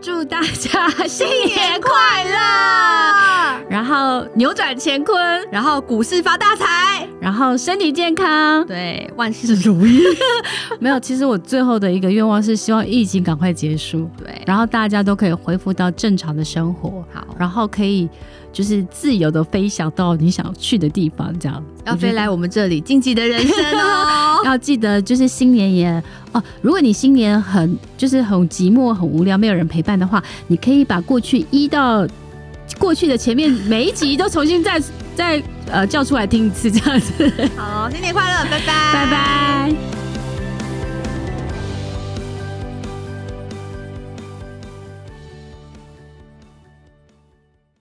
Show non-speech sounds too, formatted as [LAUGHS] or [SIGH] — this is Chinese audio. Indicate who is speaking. Speaker 1: 祝大家新年快
Speaker 2: 啊
Speaker 1: 乐，然后扭转乾坤，
Speaker 2: 然后股市发大财，
Speaker 1: 然后身体健康。
Speaker 2: 对，万事如意。
Speaker 1: 没有，其实我最后的一个愿望是希望疫情赶快结束，
Speaker 2: 对，
Speaker 1: 然后大家都可以恢复到正常的生活，
Speaker 2: 好，
Speaker 1: 然后可以就是自由的飞翔到你想去的地方，这样
Speaker 2: 要飞。来我们这里，晋级的人生
Speaker 1: 我觉得
Speaker 2: [LAUGHS] 哦。
Speaker 1: 要记得，就是新年也哦，如果你新年很就是很寂寞、很无聊，没有人陪伴的话，你可以把过去一到过去的前面每一集都重新再再呃叫出来听一次，这样子。
Speaker 2: 好，新年快乐，拜拜，
Speaker 1: 拜拜。